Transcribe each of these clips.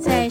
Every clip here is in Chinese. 在“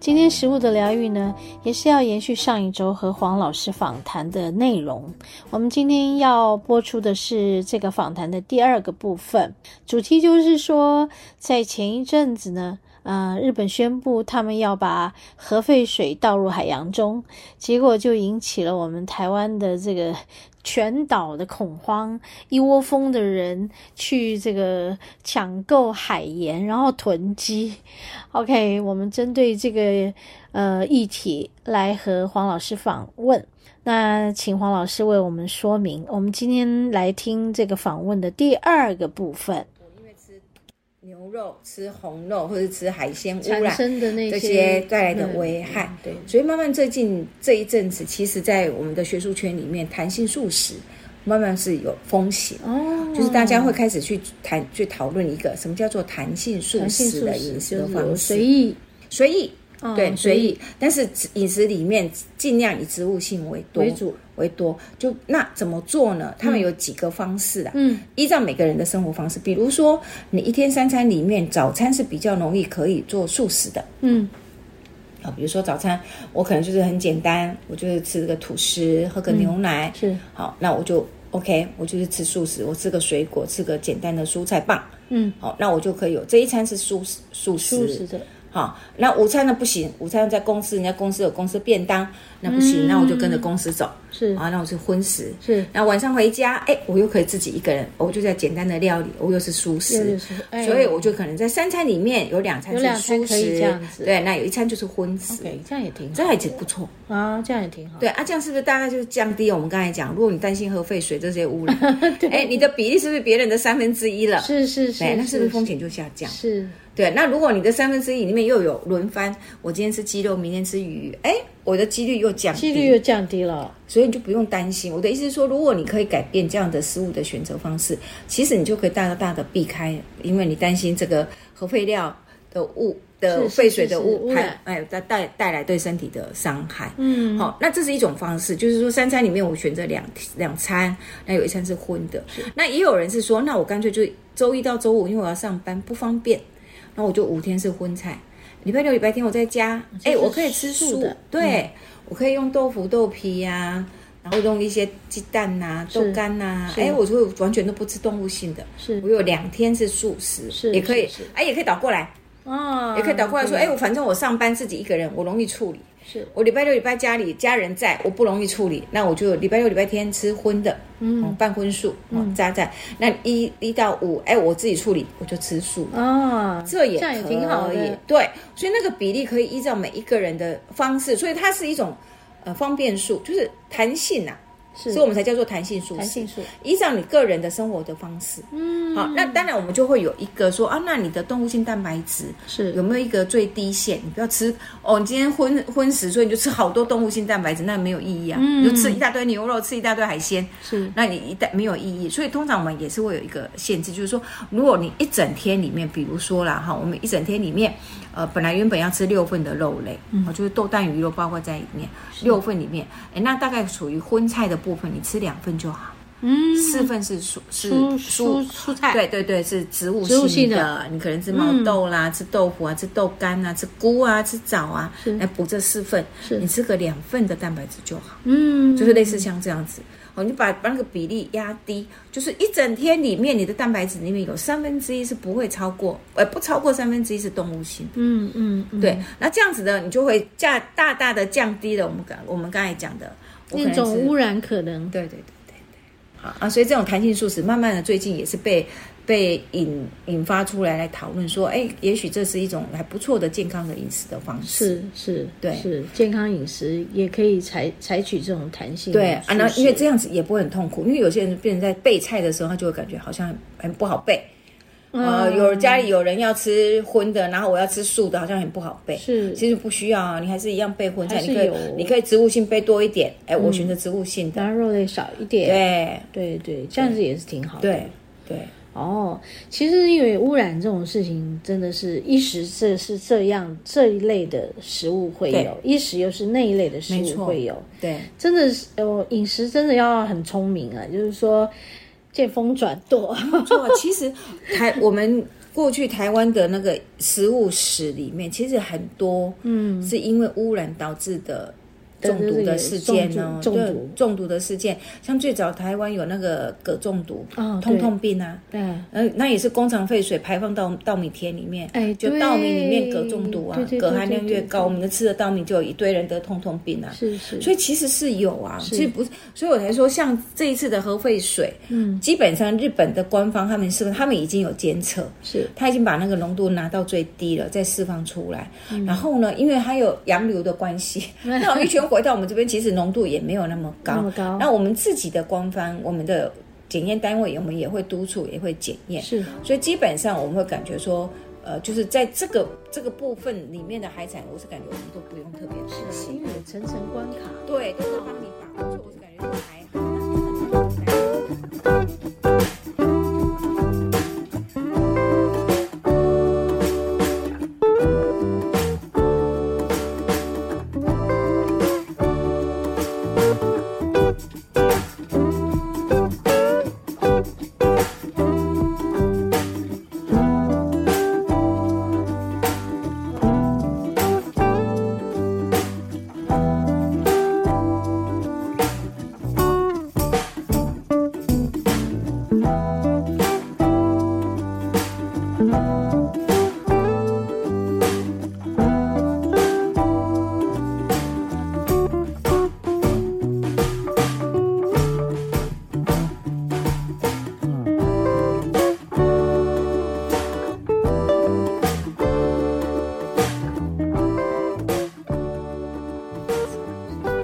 今天食物的疗愈呢，也是要延续上一周和黄老师访谈的内容。我们今天要播出的是这个访谈的第二个部分，主题就是说，在前一阵子呢，呃，日本宣布他们要把核废水倒入海洋中，结果就引起了我们台湾的这个。全岛的恐慌，一窝蜂的人去这个抢购海盐，然后囤积。OK，我们针对这个呃议题来和黄老师访问。那请黄老师为我们说明。我们今天来听这个访问的第二个部分，牛肉、吃红肉或者吃海鲜污产染生的那这些嗯些带来的危害。对所以慢慢最近这一阵子，其实，在我们的学术圈里面，弹性素食慢慢是有风险，哦，就是大家会开始去谈、去讨论一个什么叫做弹性素弹性食素的饮食食就的是方我式，随意，随意。嗯对，随意，但是只饮食里面尽量以植物性为多为主，为多。就那怎么做呢？他们有几个方式啊，嗯，依照每个人的生活方式，比如说你一天三餐里面，早餐是比较容易可以做素食的嗯啊，比如说早餐我可能就是很简单，我就是吃个吐司，喝个嗯牛奶，是好，那我就 OK，我就是吃素食，我吃个水果，吃个简单的蔬菜棒，嗯，好，那我就可以有这一餐是素食素食素食的，好，那午餐呢不行，午餐在公司，人家公司有公司便当，那不行，那我就跟嗯着公司走是啊，那我是荤食。是那晚上回家，哎，我又可以自己一个人，我就在简单的料理，我又是素又食，是哎所以我就可能在三餐里面有两餐有是两餐素可以这食样，子对，那有一餐就是荤食，哦 OK，这样也挺好这还挺不错。啊，这样也挺好。对啊，这样是不是大概就是降低我们刚才讲，如果你担心核废水这些污染， 哎，你的比例是不是别人的三分之一了？是是是，对，哎那是不是风险就下降？是对，那如果你的三分之一里面又有轮番，我今天吃鸡肉，明天吃鱼，哎，我的几率又降低，几率又降低了？所以你就不用担心。我的意思是说，如果你可以改变这样的食物的选择方式，其实你就可以大大的避开，因为你担心这个核废料的物的是是废水的是物污染排，哎，带带带来对身体的伤害。嗯，好、那这是一种方式，就是说三餐里面我选择两两餐，那有一餐是荤的。那也有人是说，那我干脆就周一到周五，因为我要上班不方便，那我就五天是荤菜，礼拜六、礼拜天我在家，这哎、是我可以吃素素的嗯对、我可以用豆腐、豆皮呀、然后用一些鸡蛋呐、是豆干呐、是哎、我就完全都不吃动物性的。是我有两天是素食，是也可以是是，哎、也可以倒过来，啊，也可以倒过来说，哎、对我反正我上班自己一个人，我容易处理。是我礼拜六、礼拜家里家人在，我不容易处理，那我就礼拜六、礼拜天吃荤的，嗯，半荤素，嗯，扎在那一一到五，哎，我自己处理，我就吃素，啊，这也这样也挺好可的以，对，所以那个比例可以依照每一个人的方式，所以它是一种呃方便数，就是弹性呐、是所以我们才叫做弹性素弹食性。素，依照你个人的生活的方式，嗯，好，那当然我们就会有一个说啊，那你的动物性蛋白质是有没有一个最低限？你不要吃哦，你今天荤荤食，所以你就吃好多动物性蛋白质，那没有意义啊。嗯你就吃一大堆牛肉，吃一大堆海鲜，是那你一旦没有意义。所以通常我们也是会有一个限制，就是说，如果你一整天里面，比如说啦哈，我们一整天里面，呃，本来原本要吃六份的肉类，嗯哦就是豆蛋鱼肉包括在里面，六份里面，哎，那大概属于荤菜的部分，你吃两份就好，嗯，四份是蔬是蔬蔬蔬菜，对对对，是植物植物性的，的嗯你可能吃毛豆啦、吃豆腐啊、吃豆干啊、吃菇啊、吃枣啊是，来补这四份，是你吃个两份的蛋白质就好，嗯，就是类似像这样子。哦，你把把那个比例压低，就是一整天里面你的蛋白质里面有三分之一是不会超过，呃，不超过三分之一是动物性的。嗯嗯嗯，对，那这样子呢，你就会价大大的降低了我们刚我们刚才讲的我可能那种是污染可能对对对对对，好啊，所以这种弹性素食，慢慢的最近也是被被引引发出来来讨论说，哎，也许这是一种还不错的健康的饮食的方式。是是，对是健康饮食也可以采采取这种弹性的对啊，素那食因为这样子也不会很痛苦，因为有些人变成在备菜的时候，他就会感觉好像很不好备，嗯呃，有家里有人要吃荤的，然后我要吃素的，好像很不好备。是其实不需要啊，你还是一样备荤菜，还是你可以有嗯你可以植物性备多一点。哎，我选择植物性的，然后肉类少一点，对对对，这样子也是挺好的。对对，哦，其实因为污染这种事情，真的是一时这是这样这一类的食物会对有，一时又是那一类的食没物错会有，对真的是哦，饮食真的要很聪明啊，就是说见风转舵。 没错。其实台我们过去台湾的那个食物史里面，其实很多嗯，是因为污染导致的对中毒的事件呢、就是中毒对中毒中毒的事件，像最早台湾有那个铬中毒、哦对痛痛病啊，对，呃，那也是工厂废水排放到稻米田里面，哎就对稻米里面铬中毒啊对对，对铬含量对对越对高，我们的吃的稻米就有一堆人得痛痛病啊。是是，所以其实是有啊，其实不是，所以我才说，像这一次的核废水，嗯基本上日本的官方他们是不是他们已经有监测，是他已经把那个浓度拿到最低了，再释放出来。嗯然后呢，因为它有洋流的关 系，那我一圈回到我们这边，其实浓度也没有那么那高么。高那我们自己的官方，我们的检验单位，我们也会督促，也会检验。是所以基本上我们会感觉说，呃，就是在这个这个部分里面的海产，我是感觉我们都不用特别担是，心因。为有层层关卡。对，都是帮你把握住，我是感觉都还好。那你们呢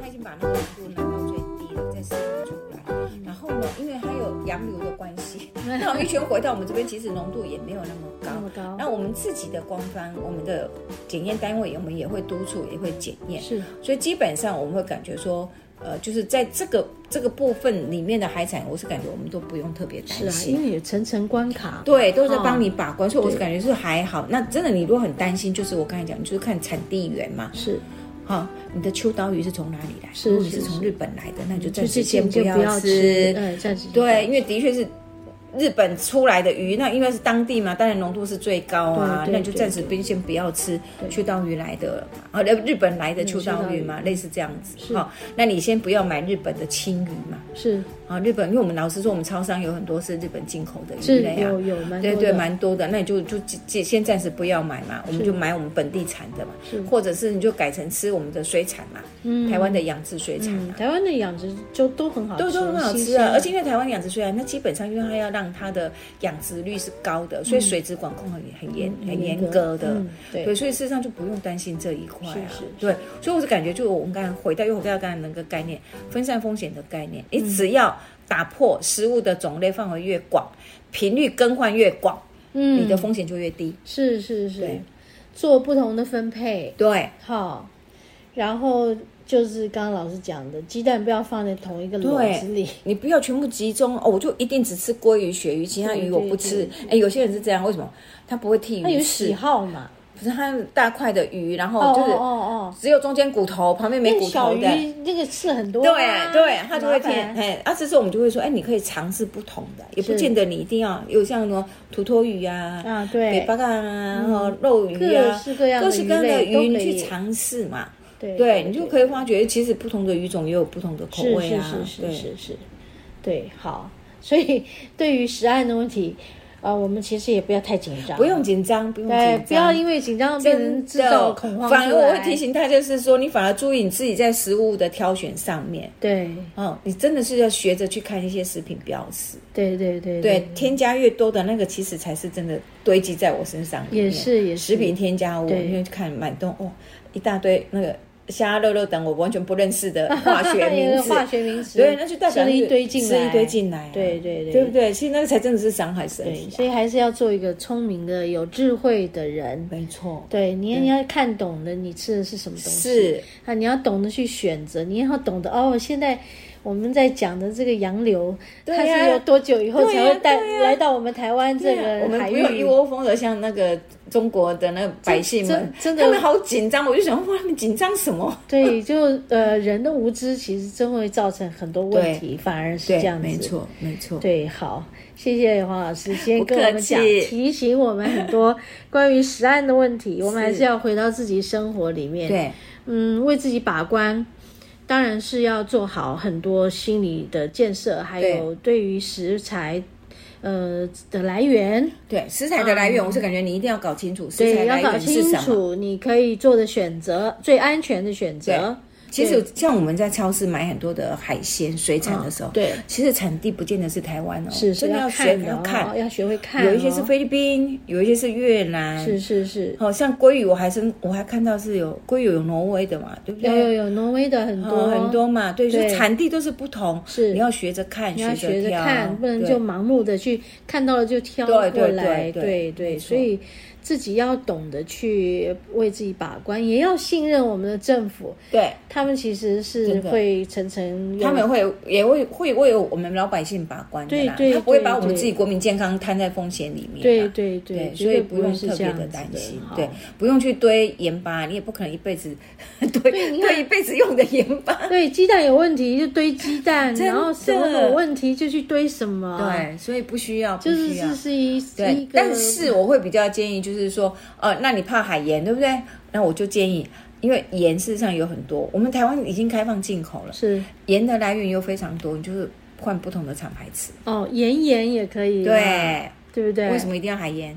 他已经把那个浓度拿到最低了，再释放出来。嗯然后呢，因为它有洋流的关系， 那我们一圈回到我们这边，其实浓度也没有那那么么高。高，那我们自己的官方，我们的检验单位，我们也会督促，也会检验。是所以基本上我们会感觉说，呃，就是在这个这个部分里面的海产，我是感觉我们都不用特别是担啊，心。因为有层层关卡。对，都在哦帮你把关，所以我是对感觉是还好。那真的，你如果很担心，就是我刚才讲，你就是看产地源嘛，是哈、你的秋刀鱼是从哪里来？是如果你是是从是日本来的，那你就就暂时之前先不就不要要吃。呃，暂时对，因为的确是日本出来的鱼，那因为是当地嘛，当然浓度是最高啊，对对那你就暂时不先不要吃对秋刀鱼来的嘛，啊，日本来的秋刀鱼嘛，类似这样是子。好、那你先不要买日本的青鱼嘛，是啊，日本，因为我们老实说，我们超商有很多是日本进口的是鱼类啊有。有蛮对多对，的蛮多的，那你就就就就先暂时不要买嘛，我们就买我们本地产的嘛是，或者是你就改成吃我们的水产嘛，嗯台湾的养殖水产嗯，嘛，台湾的养殖就都很好吃，都都很好新吃鲜啊。而且因为台湾养殖水产，那基本上因为它要让它的养殖率是高的，所以水质管控很很严很严格的。嗯对对，所以事实上就不用担心这一块啊。是是对，所以我是感觉，就我们刚才回到又回到刚才那个概念，分散风险的概念，嗯你只要打破食物的种类范围越广，频率更换越广，嗯你的风险就越低。是是是对，做不同的分配，对，好，然后就是刚刚老师讲的，鸡蛋不要放在同一个笼子里，你不要全部集中哦，我就一定只吃鲑鱼、鳕鱼，其他对鱼对我不对吃。哎，有些人是这样，为什么？他不会剔他有鱼喜吃，好嘛？可是他大块的鱼，然哦后就哦是哦哦，只有中间骨头，旁边没那骨小头鱼的。那个吃很多啊，对对，他就会麻烦舔。哎，啊，这时候我们就会说，哎，你可以尝试不同的，也不是见得你一定要有像什么土托鱼啊、啊，北对，巴干啊，然后肉鱼各啊，式各样各式各样的类都鱼，你可以去，尝试嘛。对对，你就可以以发觉，哎其实不同的鱼种也有不同的口是味是啊。是是对是是，对，好，所以对于食安的问题，啊，我们其实也不要太紧张，不用紧张，不用紧对，张，不要因为紧张变成制造恐慌出来。反而我会提醒大家，就是说，你反而注意你自己在食物的挑选上面。对，嗯，你真的是要学着去看一些食品标识，对对对对，添加越多的那个，其实才是真的堆积在我身上里面。也是也是食品添加物，对因为看满东哦，一大堆那个虾肉肉等我完全不认识的化学 名字，哎化学名词，对，那就代表吃了一是堆进来，吃一堆进来啊、对对对对不对？其实那个才真的是伤害身对，体、所以还是要做一个聪明的、有智慧的人。没错，对，你你要看懂的，你吃的是什么东西？是啊，你要懂得去选择，你也要懂得哦。现在我们在讲的这个洋流，对它呀是有多久以后对才呀会带、对呀来到我们台湾这对啊我个们海不域？用一窝蜂的像那个中国的那个百姓们，真真的他们好紧张，我就想哇，他们紧张什么？对，就呃，人的无知其实真会造成很多问题，反而是这样子。没错，没错。对，好，谢谢黄老师今天不跟客我们讲，气提醒我们很多关于食安的 问题，我们还是是要回到自己生活里面，，对嗯，为自己把关。当然是要做好很多心理的建设，还有对于食材，呃的来源，对，食材的来源，我是感觉你一定要搞清楚食材嗯对，来要搞源是清什么。楚你可以做的选择，最安全的选择。其实像我们在超市买很多的海鲜、水产的时候，嗯对其实产地不见得是台湾哦，是是真的要学看的要哦看，要学会看哦，有一些是菲律宾，有一些是越南，是是是，好、像鲑鱼，我还是我还看到是有鲑鱼有挪威的嘛，对不有有对？有，挪威的很多、哦嗯很，多嘛，对，对就是产地都是不同，是你要学着看，你要学学着挑看，不能就对盲目的去看到了就挑过对对来，对对对对，没错所以自己要懂得去为自己把关，也要信任我们的政府，对。他们其实是真的会层层有他们会也会会为我们老百姓把关的啦，对对他不会对把我们对自己国民健康摊在风险里面啦。对对对，绝所以不不用会是特这别样的子担心，好对，不用去堆盐巴，你也不可能一辈子 堆你看堆一辈子用的盐巴。对，鸡蛋有问题就堆鸡蛋，真然后什么的有问题就去堆什么，，对，所以不需要，不就是需要这。是一一对个，，但是我会比较建议，就是说，呃，那你怕海盐，对不对？那我就建议，因为盐事实上有很多，我们台湾已经开放进口了，是盐的来源又非常多，你就是换不同的厂牌吃。哦，盐盐也可以，对，对不对？为什？么一定要海盐？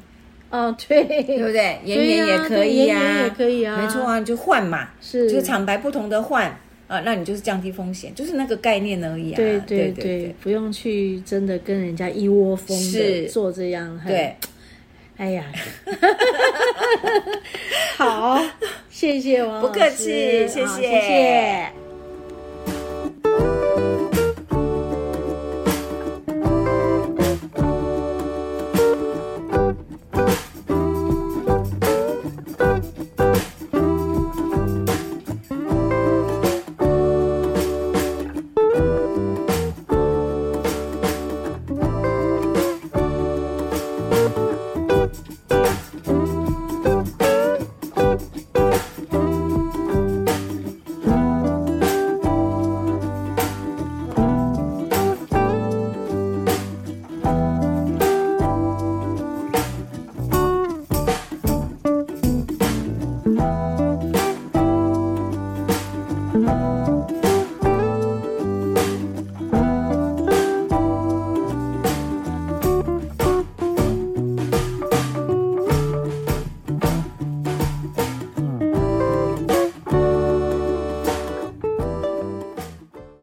哦，对对不对？盐对盐呀也可对以盐盐也可以啊没错啊，你就换嘛。是就是厂牌不同的换啊、呃那你就是降低风险，就是那个概念而已啊。对对对对，不用去真的跟人家一窝蜂的是做这样，很对，哎 呀，好，谢谢王老不客气师谢好谢谢谢。